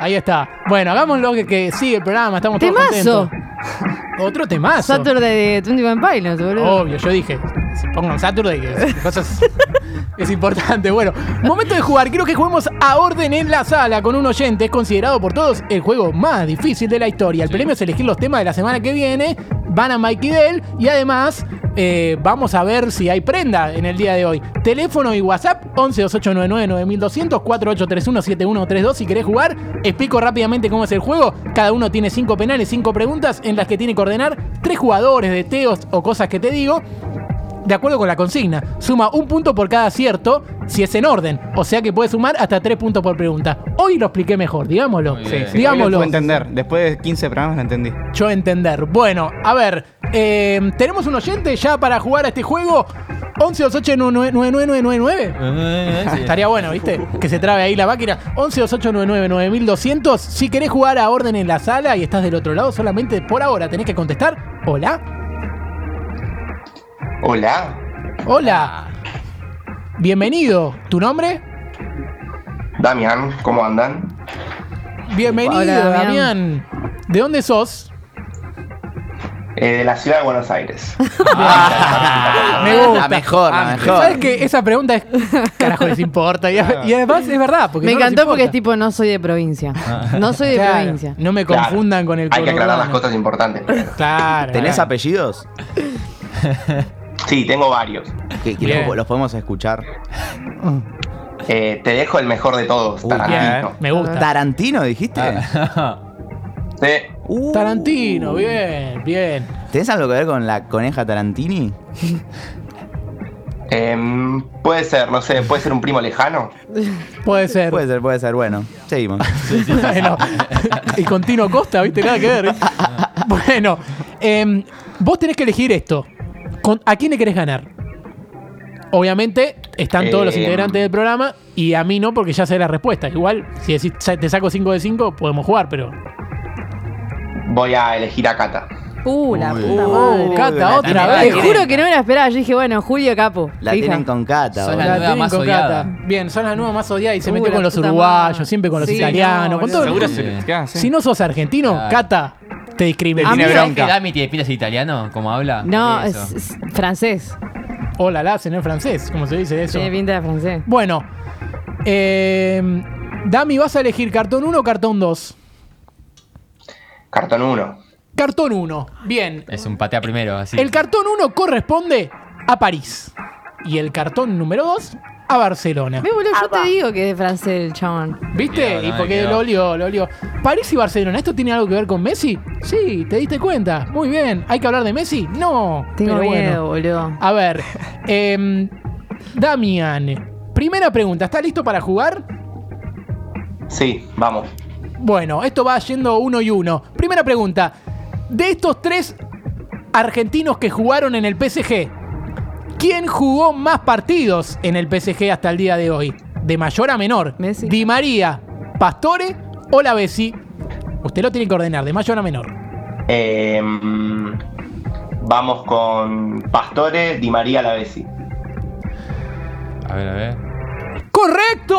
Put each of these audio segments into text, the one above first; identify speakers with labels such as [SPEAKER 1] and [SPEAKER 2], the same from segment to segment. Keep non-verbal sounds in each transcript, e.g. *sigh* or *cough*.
[SPEAKER 1] Ahí está. Bueno, hagámoslo que, que sigue el programa, estamos todos
[SPEAKER 2] Temazo.
[SPEAKER 1] contentos. Otro temazo.
[SPEAKER 2] Saturday de 21 Pilots, boludo.
[SPEAKER 3] Oh,
[SPEAKER 1] Obvio, yo dije, si pongan Saturday, que cosas
[SPEAKER 2] *laughs*
[SPEAKER 1] es importante. Bueno, momento de jugar. Quiero que juguemos a orden en la sala con un oyente. Es considerado por todos el juego más difícil de la historia. El premio es elegir los temas de la semana que viene. Van a Mike y Dell. Y además, eh, vamos a ver si hay prenda en el día de hoy. Teléfono y WhatsApp 11 2899 9200 4831 7132 Si querés jugar, explico rápidamente cómo es el juego. Cada uno tiene 5 penales, 5 preguntas en las que tiene que ordenar 3 jugadores de teos o cosas que te digo de acuerdo con la consigna. Suma un punto por cada acierto si es en orden. O sea que puede sumar hasta tres puntos por pregunta. Hoy lo expliqué mejor, digámoslo.
[SPEAKER 4] Eh,
[SPEAKER 3] Muy bien.
[SPEAKER 1] Sí,
[SPEAKER 3] Sí,
[SPEAKER 1] digámoslo.
[SPEAKER 4] Puedo entender. Después de 15 programas lo entendí.
[SPEAKER 1] Yo entender. Bueno, a ver. eh, ¿Tenemos un oyente ya para jugar a este juego? 11 28 999999.
[SPEAKER 3] Eh,
[SPEAKER 5] *laughs*
[SPEAKER 3] sí.
[SPEAKER 1] Estaría bueno, ¿viste? Que se trabe ahí la máquina. 1128999200. Si querés jugar a orden en la sala y estás del otro lado, solamente por ahora tenés que contestar. Hola.
[SPEAKER 6] Hola,
[SPEAKER 1] Hola. Bienvenido. ¿Tu nombre?
[SPEAKER 6] Damián, ¿cómo andan?
[SPEAKER 1] Bienvenido,
[SPEAKER 2] Hola,
[SPEAKER 1] Damián.
[SPEAKER 2] Damián.
[SPEAKER 1] ¿De dónde sos?
[SPEAKER 6] Eh, de la ciudad de
[SPEAKER 1] *laughs*
[SPEAKER 6] Buenos Aires.
[SPEAKER 1] Me gusta.
[SPEAKER 3] La mejor, la
[SPEAKER 4] Ah,
[SPEAKER 3] mejor.
[SPEAKER 1] ¿Sabes que esa pregunta es carajo les importa? Y, y además es verdad. Porque
[SPEAKER 2] me
[SPEAKER 1] no les
[SPEAKER 2] encantó porque es
[SPEAKER 1] importa.
[SPEAKER 2] tipo, no soy de provincia.
[SPEAKER 3] Ah.
[SPEAKER 2] No soy de
[SPEAKER 1] Claro,
[SPEAKER 2] provincia.
[SPEAKER 1] No me
[SPEAKER 6] Claro,
[SPEAKER 1] confundan con el
[SPEAKER 6] Hay que aclarar las
[SPEAKER 1] conurbano.
[SPEAKER 6] cosas importantes. primero.
[SPEAKER 1] Claro.
[SPEAKER 3] ¿Tenés
[SPEAKER 1] claro.
[SPEAKER 3] apellidos?
[SPEAKER 6] Sí, tengo varios.
[SPEAKER 3] Que, que
[SPEAKER 1] Bien.
[SPEAKER 3] los, los podemos escuchar.
[SPEAKER 6] Eh, te dejo el mejor de todos,
[SPEAKER 3] Uy,
[SPEAKER 6] Tarantino.
[SPEAKER 1] Me gusta.
[SPEAKER 3] ¿Tarantino dijiste?
[SPEAKER 6] Sí,
[SPEAKER 3] Uh,
[SPEAKER 1] Tarantino, bien, bien.
[SPEAKER 3] ¿Tenés algo que ver con la coneja Tarantini?
[SPEAKER 6] em, puede ser, no sé, puede ser un primo lejano.
[SPEAKER 1] Puede ser.
[SPEAKER 3] Puede ser, puede ser. Bueno, seguimos.
[SPEAKER 1] Bueno, y con Tino Costa, ¿viste? Nada que ver. bueno, em, vos tenés que elegir esto. Con- ¿A quién le querés ganar? Obviamente están todos los
[SPEAKER 6] Em.
[SPEAKER 1] integrantes del programa y a mí no, porque ya sé la respuesta. Igual, si decís, "Sa- te saco 5 de 5, podemos jugar, pero.
[SPEAKER 6] Voy a elegir a Cata.
[SPEAKER 2] Uh, la
[SPEAKER 3] Uy.
[SPEAKER 2] puta
[SPEAKER 3] Uh,
[SPEAKER 2] madre.
[SPEAKER 1] Cata,
[SPEAKER 5] la
[SPEAKER 1] otra
[SPEAKER 5] tienen-
[SPEAKER 2] Te
[SPEAKER 1] vez.
[SPEAKER 5] la
[SPEAKER 2] juro que no me la esperaba. Yo dije, bueno, Julio Capo.
[SPEAKER 3] La
[SPEAKER 2] fija.
[SPEAKER 3] tienen con Cata.
[SPEAKER 5] Son
[SPEAKER 3] boludo.
[SPEAKER 5] la
[SPEAKER 1] La
[SPEAKER 5] nueva
[SPEAKER 1] tienen
[SPEAKER 5] más
[SPEAKER 1] con
[SPEAKER 5] odiada.
[SPEAKER 1] Cata. Bien, son las nuevas más odiadas y se
[SPEAKER 2] Uh,
[SPEAKER 1] metió
[SPEAKER 2] la
[SPEAKER 1] con los
[SPEAKER 2] puta
[SPEAKER 1] uruguayos,
[SPEAKER 2] madre.
[SPEAKER 1] siempre con los
[SPEAKER 2] Sí,
[SPEAKER 1] italianos,
[SPEAKER 2] no,
[SPEAKER 1] con
[SPEAKER 2] boludo.
[SPEAKER 1] todo. el
[SPEAKER 5] Seguro
[SPEAKER 1] mundo.
[SPEAKER 5] se-
[SPEAKER 3] ¿eh?
[SPEAKER 1] Si no sos argentino,
[SPEAKER 5] Claro.
[SPEAKER 1] Cata, te discrimina.
[SPEAKER 2] A mí-
[SPEAKER 5] ¿Sabes
[SPEAKER 2] bronca.
[SPEAKER 5] que Dami tiene pinta de ser italiano? ¿Cómo habla?
[SPEAKER 2] No,
[SPEAKER 5] Por eso.
[SPEAKER 2] es, es francés.
[SPEAKER 1] Hola, la, en francés, como se dice eso.
[SPEAKER 2] Tiene pinta de francés.
[SPEAKER 1] Bueno, eh, Dami, ¿vas a elegir cartón 1 o cartón 2?
[SPEAKER 6] Cartón 1.
[SPEAKER 1] Cartón 1. Bien.
[SPEAKER 5] Es un patea primero, así.
[SPEAKER 1] El cartón 1 corresponde a París. Y el cartón número 2 a Barcelona.
[SPEAKER 2] Ve, boludo, yo
[SPEAKER 7] Apa.
[SPEAKER 2] te digo que es francés el chabón.
[SPEAKER 1] ¿Viste?
[SPEAKER 5] Mirá,
[SPEAKER 1] y
[SPEAKER 5] no,
[SPEAKER 1] porque
[SPEAKER 5] quedó.
[SPEAKER 1] lo olió, lo olió. París y Barcelona, ¿esto tiene algo que ver con Messi? Sí, te diste cuenta. Muy bien. ¿Hay que hablar de Messi? No.
[SPEAKER 2] Tengo
[SPEAKER 1] pero
[SPEAKER 2] miedo,
[SPEAKER 1] bueno.
[SPEAKER 2] boludo.
[SPEAKER 1] A ver, em, Damian, primera pregunta. ¿Estás listo para jugar?
[SPEAKER 6] Sí, vamos.
[SPEAKER 1] Bueno, esto va yendo uno y uno. Primera pregunta. De estos tres argentinos que jugaron en el PSG, ¿quién jugó más partidos en el PSG hasta el día de hoy? De mayor a menor.
[SPEAKER 2] Messi.
[SPEAKER 1] Di María, Pastore o la Bessi. Usted lo tiene que ordenar, de mayor a menor.
[SPEAKER 6] Em, vamos con Pastore, Di María Lavesi.
[SPEAKER 5] A ver, a ver.
[SPEAKER 1] ¡Correcto!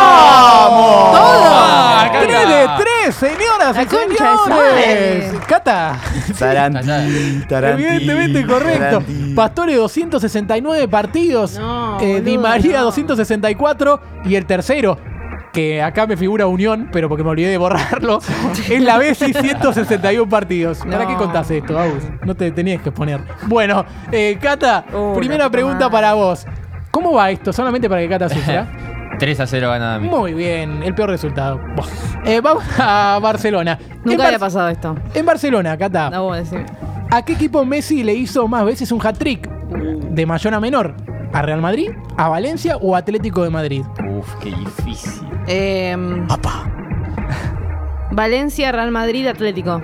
[SPEAKER 1] ¡Vamos!
[SPEAKER 5] ¡Toma, Cata!
[SPEAKER 1] ¡Tres de tres, señoras
[SPEAKER 2] Ah, La
[SPEAKER 1] y
[SPEAKER 2] concha de su madre.
[SPEAKER 1] señores! ¡Cata!
[SPEAKER 3] Tarantini, Tarantini.
[SPEAKER 1] Evidentemente correcto.
[SPEAKER 3] Tarantini.
[SPEAKER 1] Pastore 269 partidos.
[SPEAKER 2] No,
[SPEAKER 1] eh, Di
[SPEAKER 2] boludo,
[SPEAKER 1] María
[SPEAKER 2] no.
[SPEAKER 1] 264. Y el tercero, que acá me figura Unión, pero porque me olvidé de
[SPEAKER 2] *laughs*
[SPEAKER 1] borrarlo, es la Bessi 161 partidos. ¿Para
[SPEAKER 2] No.
[SPEAKER 1] qué contás esto, Agus? No te tenías que exponer. Bueno, eh, Cata,
[SPEAKER 2] Oh, la
[SPEAKER 1] primera
[SPEAKER 2] puta
[SPEAKER 1] pregunta
[SPEAKER 2] madre.
[SPEAKER 1] para vos. ¿Cómo va esto? Solamente para que Cata sufra.
[SPEAKER 5] 3 a 0 gana Dami.
[SPEAKER 1] Muy bien, el peor resultado. Buah. Eh, vamos a Barcelona. En
[SPEAKER 2] Nunca había
[SPEAKER 1] Bar-
[SPEAKER 2] pasado esto.
[SPEAKER 1] En Barcelona, Cata.
[SPEAKER 2] No, vos decime.
[SPEAKER 1] ¿A qué equipo Messi le hizo más veces un hat-trick? De mayor a menor. ¿A Real Madrid? ¿A Valencia o Atlético de Madrid?
[SPEAKER 5] Uf, qué difícil.
[SPEAKER 2] Em, Valencia, Real Madrid, Atlético.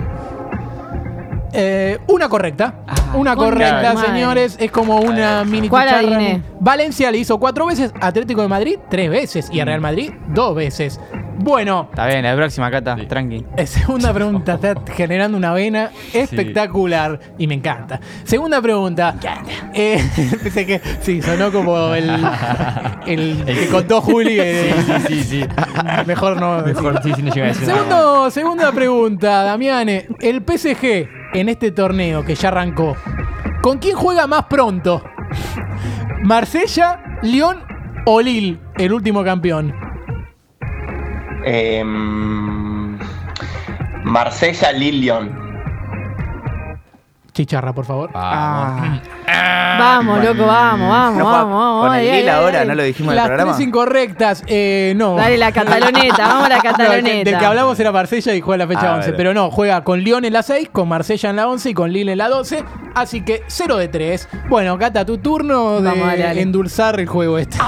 [SPEAKER 1] Eh, una correcta. una
[SPEAKER 2] Concha
[SPEAKER 1] correcta,
[SPEAKER 2] de madre.
[SPEAKER 1] señores. Es como una mini
[SPEAKER 2] ¿Cuál
[SPEAKER 1] cucharra.
[SPEAKER 2] adiviné?
[SPEAKER 1] Valencia le hizo cuatro veces, Atlético de Madrid tres veces y a Real Madrid dos veces. Bueno,
[SPEAKER 4] Está bien, la próxima Cata,
[SPEAKER 5] Sí.
[SPEAKER 4] tranqui.
[SPEAKER 1] eh, segunda pregunta. Está generando una vena espectacular y me encanta. Segunda pregunta. Eh, *laughs* pensé que sí, sonó como el, el que contó Juli. eh,
[SPEAKER 5] Sí, sí, sí.
[SPEAKER 1] *laughs* Mejor no.
[SPEAKER 5] Mejor sí, sí, no llega a decir nada.
[SPEAKER 1] Segundo, segunda pregunta, Damiane. El PSG en este torneo que ya arrancó, ¿con quién juega más pronto? ¿Marsella, Lyon o Lille, el último campeón?
[SPEAKER 6] Eh, Em, Marsella Lilion.
[SPEAKER 1] Chicharra, por favor.
[SPEAKER 3] Ah,
[SPEAKER 5] Vamos.
[SPEAKER 1] Ah.
[SPEAKER 5] *laughs*
[SPEAKER 2] Vamos, loco, vamos, vamos,
[SPEAKER 3] No juega
[SPEAKER 2] vamos, vamos.
[SPEAKER 3] con el
[SPEAKER 2] dale, dale,
[SPEAKER 3] Lille ahora,
[SPEAKER 2] dale.
[SPEAKER 3] no lo dijimos en el
[SPEAKER 1] Las
[SPEAKER 3] programa.
[SPEAKER 1] tres incorrectas, eh, no. Ah,
[SPEAKER 2] Dale
[SPEAKER 1] *laughs*
[SPEAKER 2] la cataloneta, vamos
[SPEAKER 1] No,
[SPEAKER 2] a la
[SPEAKER 1] el que-
[SPEAKER 2] cataloneta.
[SPEAKER 1] del que hablamos era Marsella y juega la fecha
[SPEAKER 3] Ah,
[SPEAKER 1] 11.
[SPEAKER 3] vale.
[SPEAKER 1] Pero no, juega con Lyon en la 6, con Marsella en la 11 y con Lille en la 12. Así que 0 de 3. Bueno, Cata, tu turno de
[SPEAKER 2] Vamos, dale, dale. Ah,
[SPEAKER 1] endulzar el juego este.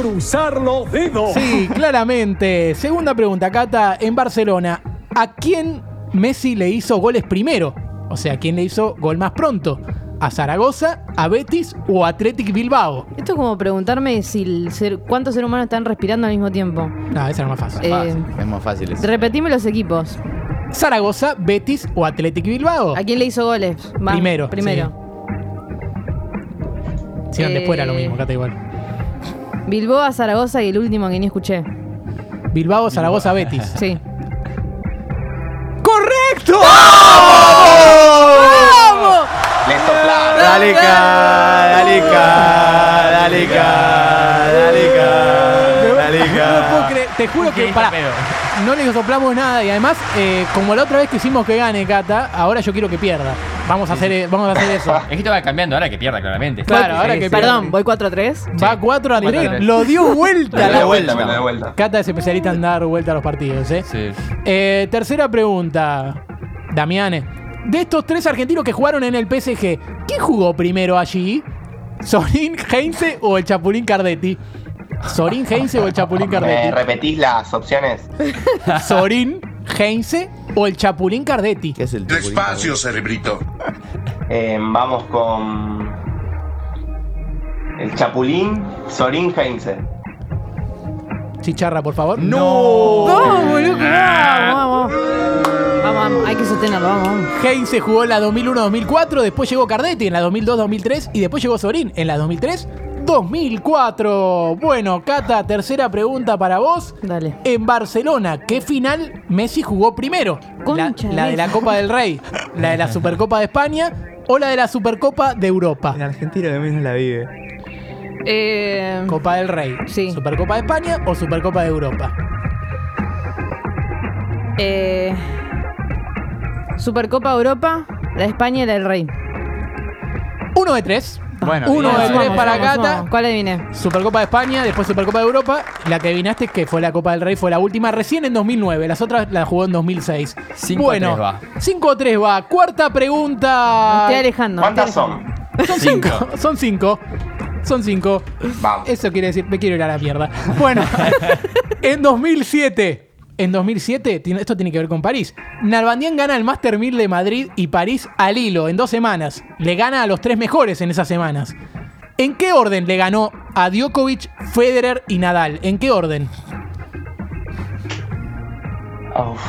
[SPEAKER 7] Cruzar los dedos.
[SPEAKER 1] Sí, claramente. Segunda pregunta, Cata. En Barcelona, ¿a quién Messi le hizo goles primero? O sea, ¿quién le hizo gol más pronto? ¿A Zaragoza, a Betis o a Athletic Bilbao?
[SPEAKER 2] Esto es como preguntarme si el ser- cuántos seres humanos están respirando al mismo tiempo.
[SPEAKER 1] No, esa era más fácil.
[SPEAKER 2] Eh,
[SPEAKER 3] Fácil, es más fácil eso.
[SPEAKER 2] repetime los equipos.
[SPEAKER 1] Zaragoza, Betis o Athletic Bilbao.
[SPEAKER 2] ¿A quién le hizo goles? Va,
[SPEAKER 1] Primero,
[SPEAKER 2] Primero.
[SPEAKER 1] Si no, después era lo
[SPEAKER 2] eh,
[SPEAKER 1] mismo, Cata igual.
[SPEAKER 2] Bilbao a Zaragoza y el último que ni escuché.
[SPEAKER 1] Bilbao, Zaragoza, Betis.
[SPEAKER 2] *laughs* Sí.
[SPEAKER 1] ¡Correcto!
[SPEAKER 6] Le soplaron.
[SPEAKER 3] Dale ca, dale ca, dale ca, dale
[SPEAKER 1] *laughs*
[SPEAKER 3] ca, dale
[SPEAKER 1] No lo puedo
[SPEAKER 3] ca.
[SPEAKER 1] creer. Te juro que
[SPEAKER 5] Increíble,
[SPEAKER 1] pará,
[SPEAKER 5] pero-
[SPEAKER 1] no le soplamos nada. Y además, eh, como la otra vez que hicimos que gane Cata, ahora yo quiero que pierda. Vamos a hacer, eh, vamos a hacer eso.
[SPEAKER 5] Es que esto va cambiando, ahora que pierda, claramente.
[SPEAKER 1] Claro, ahora que
[SPEAKER 2] Perdón, voy 4 a 3.
[SPEAKER 1] Va 4 a
[SPEAKER 4] Cuatro a
[SPEAKER 1] 3.
[SPEAKER 4] tres.
[SPEAKER 1] Lo dio vuelta.
[SPEAKER 6] Me lo
[SPEAKER 1] la-
[SPEAKER 6] de vuelta, me lo de vuelta.
[SPEAKER 1] Cata es especialista en dar vuelta a los partidos. ¿eh?
[SPEAKER 5] Sí.
[SPEAKER 1] Eh, tercera pregunta, Damiane. De estos tres argentinos que jugaron en el PSG, ¿quién jugó primero allí? ¿Sorín, Heinze o el Chapulín Cardetti? ¿Sorín, Heinze o el Chapulín
[SPEAKER 6] ¿Me
[SPEAKER 1] Cardetti?
[SPEAKER 6] repetís las opciones?
[SPEAKER 1] ¿Sorín, Heinze o el Chapulín Cardetti?
[SPEAKER 3] ¿Qué es el
[SPEAKER 8] Despacio, cerebrito.
[SPEAKER 6] Eh, vamos con. El Chapulín Sorín Heinze.
[SPEAKER 1] Chicharra, por favor. Oh.
[SPEAKER 3] No.
[SPEAKER 2] Vamos, boludo,
[SPEAKER 1] Ah.
[SPEAKER 2] vamos, vamos. Vamos, vamos, hay que sostenerlo, vamos, vamos.
[SPEAKER 1] Heinze jugó en la 2001-2004, después llegó Cardetti en la 2002-2003 y después llegó Sorín en la 2003-2004. Bueno, Cata, tercera pregunta para vos.
[SPEAKER 2] Dale.
[SPEAKER 1] En Barcelona, ¿qué final Messi jugó primero? La,
[SPEAKER 2] Concha
[SPEAKER 1] la de la
[SPEAKER 2] de-
[SPEAKER 1] Copa del Rey, la de la Supercopa de España o la de la Supercopa de Europa.
[SPEAKER 4] En Argentina de menos la vive.
[SPEAKER 2] Eh,
[SPEAKER 1] Copa del Rey,
[SPEAKER 2] Sí.
[SPEAKER 1] Supercopa de España o Supercopa de Europa.
[SPEAKER 2] eh, Supercopa Europa, la de España y la del Rey.
[SPEAKER 1] Uno de tres.
[SPEAKER 4] Bueno,
[SPEAKER 1] uno
[SPEAKER 4] bien.
[SPEAKER 1] de
[SPEAKER 2] Vamos,
[SPEAKER 1] tres
[SPEAKER 2] vamos,
[SPEAKER 1] para
[SPEAKER 2] vamos,
[SPEAKER 1] Cata.
[SPEAKER 2] vamos. ¿Cuál adiviné?
[SPEAKER 1] Supercopa de España, después Supercopa de Europa. La que adivinaste, que fue la Copa del Rey, fue la última recién en 2009. Las otras las jugó en 2006.
[SPEAKER 5] 5 a
[SPEAKER 1] bueno,
[SPEAKER 5] 3 va.
[SPEAKER 1] 5 a 3 va. Cuarta pregunta.
[SPEAKER 2] Estoy alejando.
[SPEAKER 6] ¿Cuántas son?
[SPEAKER 1] Son
[SPEAKER 5] Cinco.
[SPEAKER 1] 5. Son 5. Son 5.
[SPEAKER 6] Vamos.
[SPEAKER 1] Eso quiere decir, me quiero ir a la mierda. Bueno, en 2007. En 2007, tiene- esto tiene que ver con París. Nalbandián gana el Master 1000 de Madrid y París al hilo en dos semanas. Le gana a los tres mejores en esas semanas. ¿En qué orden le ganó a Djokovic, Federer y Nadal? ¿En qué orden?
[SPEAKER 6] Uf.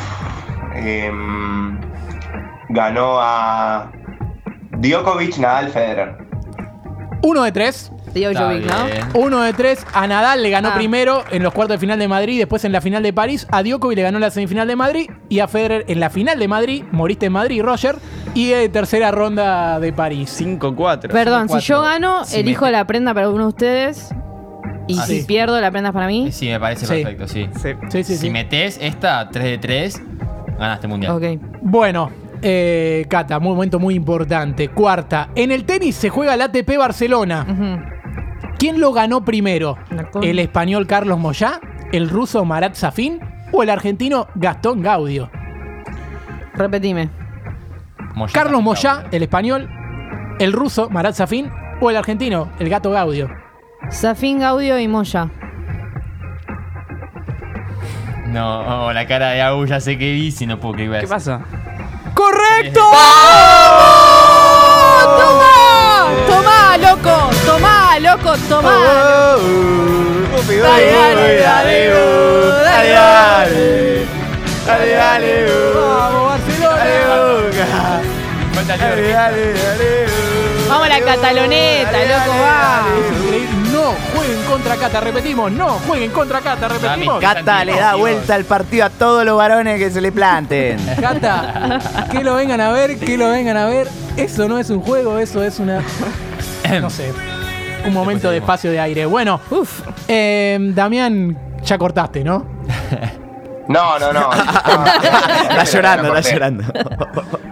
[SPEAKER 6] Em, ganó a. Djokovic, Nadal, Federer.
[SPEAKER 1] Uno de tres.
[SPEAKER 2] Diego
[SPEAKER 5] Está
[SPEAKER 2] Jovic, ¿no?
[SPEAKER 5] bien.
[SPEAKER 1] Uno de tres. A Nadal le ganó
[SPEAKER 2] Ah.
[SPEAKER 1] primero en los cuartos de final de Madrid, después en la final de París. A Djokovic le ganó en la semifinal de Madrid y a Federer en la final de Madrid. Moriste en Madrid, Roger. Y eh, tercera ronda de París.
[SPEAKER 4] 5-4.
[SPEAKER 2] Perdón, si
[SPEAKER 5] cuatro.
[SPEAKER 2] yo gano,
[SPEAKER 5] Sí,
[SPEAKER 2] elijo
[SPEAKER 5] me-
[SPEAKER 2] la prenda para uno de ustedes. Y
[SPEAKER 5] Ah,
[SPEAKER 2] si
[SPEAKER 1] sí.
[SPEAKER 2] pierdo, la prenda es para mí.
[SPEAKER 5] Sí, me parece
[SPEAKER 1] Sí.
[SPEAKER 5] perfecto, sí.
[SPEAKER 4] Sí.
[SPEAKER 1] Sí, sí,
[SPEAKER 5] Si
[SPEAKER 1] sí.
[SPEAKER 5] metes esta 3 de 3, ganaste mundial.
[SPEAKER 2] Ok.
[SPEAKER 1] Bueno, eh, Cata, muy momento muy importante. Cuarta. En el tenis se juega el ATP Barcelona.
[SPEAKER 2] Ujú.
[SPEAKER 1] ¿Quién lo ganó primero?
[SPEAKER 2] Mm. La con-
[SPEAKER 1] ¿El español Carlos Moyá? ¿El ruso Marat Safin? ¿O el argentino Gastón Gaudio?
[SPEAKER 2] Repetime.
[SPEAKER 5] Moyá
[SPEAKER 1] Carlos
[SPEAKER 5] está
[SPEAKER 1] Moyá,
[SPEAKER 5] picado.
[SPEAKER 1] el español, el ruso, Marat Safin, o el argentino, el gato Gaudio.
[SPEAKER 2] Safín, Gaudio y Moya.
[SPEAKER 5] No, oh, la cara de Agu ya sé qué dice y no puedo creer.
[SPEAKER 4] ¿Qué pasa?
[SPEAKER 1] ¡Correcto!
[SPEAKER 3] ¡Oh,
[SPEAKER 2] ¡Tomá! ¡Tomá, loco! ¡Tomá, loco! loco,
[SPEAKER 3] Oh,
[SPEAKER 2] tomá.
[SPEAKER 3] oh, oh. Upi, uy,
[SPEAKER 2] Dale, dale,
[SPEAKER 3] uy, dale, oh.
[SPEAKER 2] dale,
[SPEAKER 3] dale, dale, dale, dale, oh.
[SPEAKER 1] Vamos, Barcelona.
[SPEAKER 3] dale, oh.
[SPEAKER 5] Falta
[SPEAKER 3] Dale,
[SPEAKER 5] Jordi.
[SPEAKER 3] dale, dale, oh.
[SPEAKER 2] Vamos a la cataloneta,
[SPEAKER 3] Dale,
[SPEAKER 2] loco,
[SPEAKER 3] dale,
[SPEAKER 2] vamos.
[SPEAKER 3] dale, oh.
[SPEAKER 1] Increíble. No jueguen contra Cata, repetimos, no jueguen contra Cata, repetimos.
[SPEAKER 5] Dame,
[SPEAKER 3] Cata le da vuelta al partido a todos los varones que se le planten.
[SPEAKER 1] Cata, que lo vengan a ver, que lo vengan a ver. Eso no es un juego, eso es una. No sé. Un momento de espacio de aire. Bueno,
[SPEAKER 2] Uf,
[SPEAKER 1] eh, Damián, ya cortaste, ¿no?
[SPEAKER 6] No, no, no.
[SPEAKER 3] Está
[SPEAKER 6] está
[SPEAKER 3] llorando, está llorando.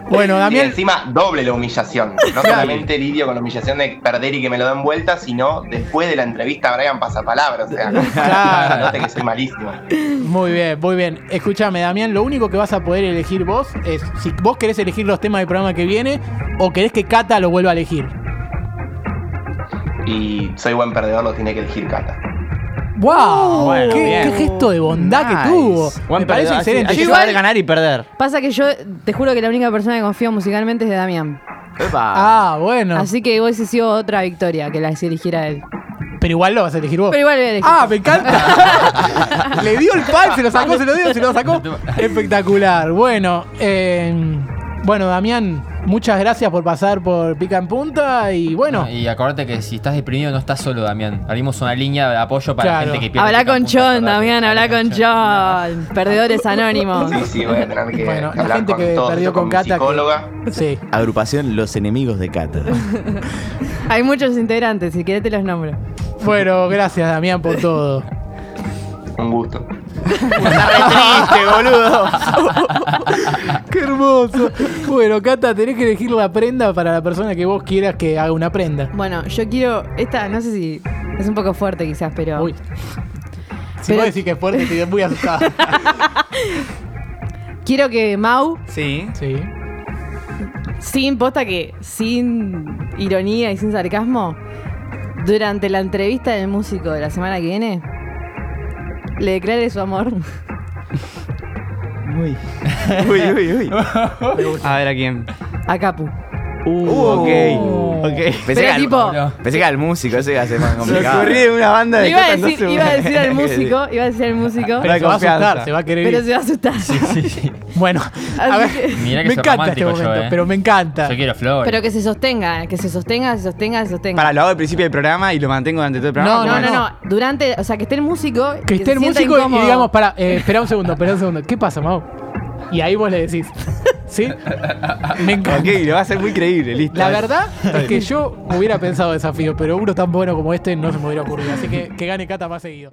[SPEAKER 1] Bueno,
[SPEAKER 6] Y
[SPEAKER 1] Damián.
[SPEAKER 6] encima doble la humillación. No solamente lidio con la humillación de perder y que me lo den vuelta, sino después de la entrevista Brian pasa palabra.
[SPEAKER 1] *laughs*
[SPEAKER 6] O sea,
[SPEAKER 1] Claro.
[SPEAKER 6] note que soy malísimo.
[SPEAKER 1] Muy bien, muy bien. Escúchame, Damián, lo único que vas a poder elegir vos es si vos querés elegir los temas del programa que viene o querés que Cata lo vuelva a elegir.
[SPEAKER 6] Y soy buen perdedor, lo tiene que elegir Cata.
[SPEAKER 1] ¡Wow!
[SPEAKER 4] Bueno,
[SPEAKER 1] Uh, qué,
[SPEAKER 4] bien.
[SPEAKER 1] qué gesto de bondad que
[SPEAKER 3] Nice.
[SPEAKER 1] tuvo!
[SPEAKER 4] Juan,
[SPEAKER 1] Me parece
[SPEAKER 4] perdedor. Así-
[SPEAKER 1] excelente.
[SPEAKER 4] Hay que
[SPEAKER 1] Yo-
[SPEAKER 4] saber ganar y perder.
[SPEAKER 2] pasa que yo te juro que la única persona que confío musicalmente es de Damián.
[SPEAKER 3] Epa.
[SPEAKER 1] Ah, bueno.
[SPEAKER 2] Así que hoy se sido otra victoria que la eligiera él.
[SPEAKER 1] Pero igual lo vas a elegir vos.
[SPEAKER 2] Pero igual voy a elegir.
[SPEAKER 1] ¡Ah, me
[SPEAKER 4] *laughs*
[SPEAKER 1] encanta! Le dio el pal, se lo sacó, se lo dio, se lo sacó. Espectacular. Bueno, eh, bueno, Damián, muchas gracias por pasar por Pica en Punta y bueno.
[SPEAKER 5] Y acordate que si estás deprimido no estás solo, Damián. Abrimos una línea de apoyo para
[SPEAKER 1] Claro.
[SPEAKER 5] gente que pierde.
[SPEAKER 2] Habla
[SPEAKER 5] pica
[SPEAKER 2] con
[SPEAKER 5] punta,
[SPEAKER 2] John,
[SPEAKER 5] ¿verdad?
[SPEAKER 2] Damián, habla con John. Perdedores anónimos.
[SPEAKER 6] *laughs* Sí, sí, voy a tener que
[SPEAKER 1] Bueno, la
[SPEAKER 6] hablar
[SPEAKER 1] gente
[SPEAKER 6] con
[SPEAKER 1] que
[SPEAKER 6] todos,
[SPEAKER 1] perdió
[SPEAKER 6] esto
[SPEAKER 1] con
[SPEAKER 6] mi
[SPEAKER 1] Cata que-
[SPEAKER 6] psicóloga.
[SPEAKER 1] Sí.
[SPEAKER 3] Agrupación Los Enemigos de Cata.
[SPEAKER 2] Hay muchos integrantes, si querés te los nombro.
[SPEAKER 1] Bueno, gracias, Damián, por todo.
[SPEAKER 6] Un gusto.
[SPEAKER 3] triste, Este boludo.
[SPEAKER 1] ¡Qué hermoso! Bueno, Cata, tenés que elegir la prenda para la persona que vos quieras que haga una prenda.
[SPEAKER 2] Bueno, yo quiero. Esta, no sé si. Es un poco fuerte quizás, pero.
[SPEAKER 1] Uy. Si
[SPEAKER 2] Pero-
[SPEAKER 1] vos decís que es fuerte, te muy
[SPEAKER 2] *laughs*
[SPEAKER 1] asustada.
[SPEAKER 2] Quiero que Mau,
[SPEAKER 4] Sí.
[SPEAKER 1] Sí.
[SPEAKER 2] sin posta que, sin ironía y sin sarcasmo, durante la entrevista del músico de la semana que viene, le declare su amor.
[SPEAKER 4] Uy.
[SPEAKER 3] *laughs* Uy, uy, uy.
[SPEAKER 4] A ver a quién.
[SPEAKER 2] A Capu.
[SPEAKER 4] Uh,
[SPEAKER 3] ok. Ok. Pensé que,
[SPEAKER 2] Pero
[SPEAKER 3] al,
[SPEAKER 2] tipo,
[SPEAKER 5] No.
[SPEAKER 3] pensé que al músico, ese iba a ser más
[SPEAKER 4] Se
[SPEAKER 3] complicado.
[SPEAKER 4] ocurrí de una banda
[SPEAKER 2] le
[SPEAKER 4] de
[SPEAKER 2] iba a
[SPEAKER 4] Cata, no
[SPEAKER 2] decir,
[SPEAKER 4] sé.
[SPEAKER 2] iba a decir al músico, iba a decir al músico,
[SPEAKER 1] Pero
[SPEAKER 4] hay
[SPEAKER 1] se va a
[SPEAKER 4] confianza.
[SPEAKER 1] asustar, se va a querer
[SPEAKER 2] pero
[SPEAKER 1] ir.
[SPEAKER 2] se va a asustar.
[SPEAKER 5] Sí, sí.
[SPEAKER 1] Bueno, a
[SPEAKER 2] Así
[SPEAKER 1] ver.
[SPEAKER 2] que-
[SPEAKER 5] Mirá que
[SPEAKER 1] me
[SPEAKER 5] soy
[SPEAKER 1] encanta este
[SPEAKER 5] romántico
[SPEAKER 1] momento,
[SPEAKER 5] yo, eh.
[SPEAKER 1] pero me encanta.
[SPEAKER 5] Yo quiero flores.
[SPEAKER 2] Pero que se sostenga, que se sostenga, se sostenga, se sostenga.
[SPEAKER 4] Para, lo hago al principio del programa y lo mantengo durante todo el
[SPEAKER 1] No,
[SPEAKER 4] programa.
[SPEAKER 2] no, no,
[SPEAKER 1] no.
[SPEAKER 2] no, Durante, o sea, que esté el músico.
[SPEAKER 1] Que esté
[SPEAKER 2] se
[SPEAKER 1] el
[SPEAKER 2] sienta
[SPEAKER 1] músico y
[SPEAKER 2] incómodo.
[SPEAKER 1] digamos, para, eh, espera un segundo, espera un segundo. ¿Qué pasa, Mau? Y ahí vos le decís. ¿Sí? Me encanta.
[SPEAKER 4] Ok, lo va a hacer muy creíble, listo.
[SPEAKER 1] La verdad es que yo hubiera pensado desafíos, pero uno tan bueno como este no se me hubiera ocurrido. Así que que gane Cata más seguido.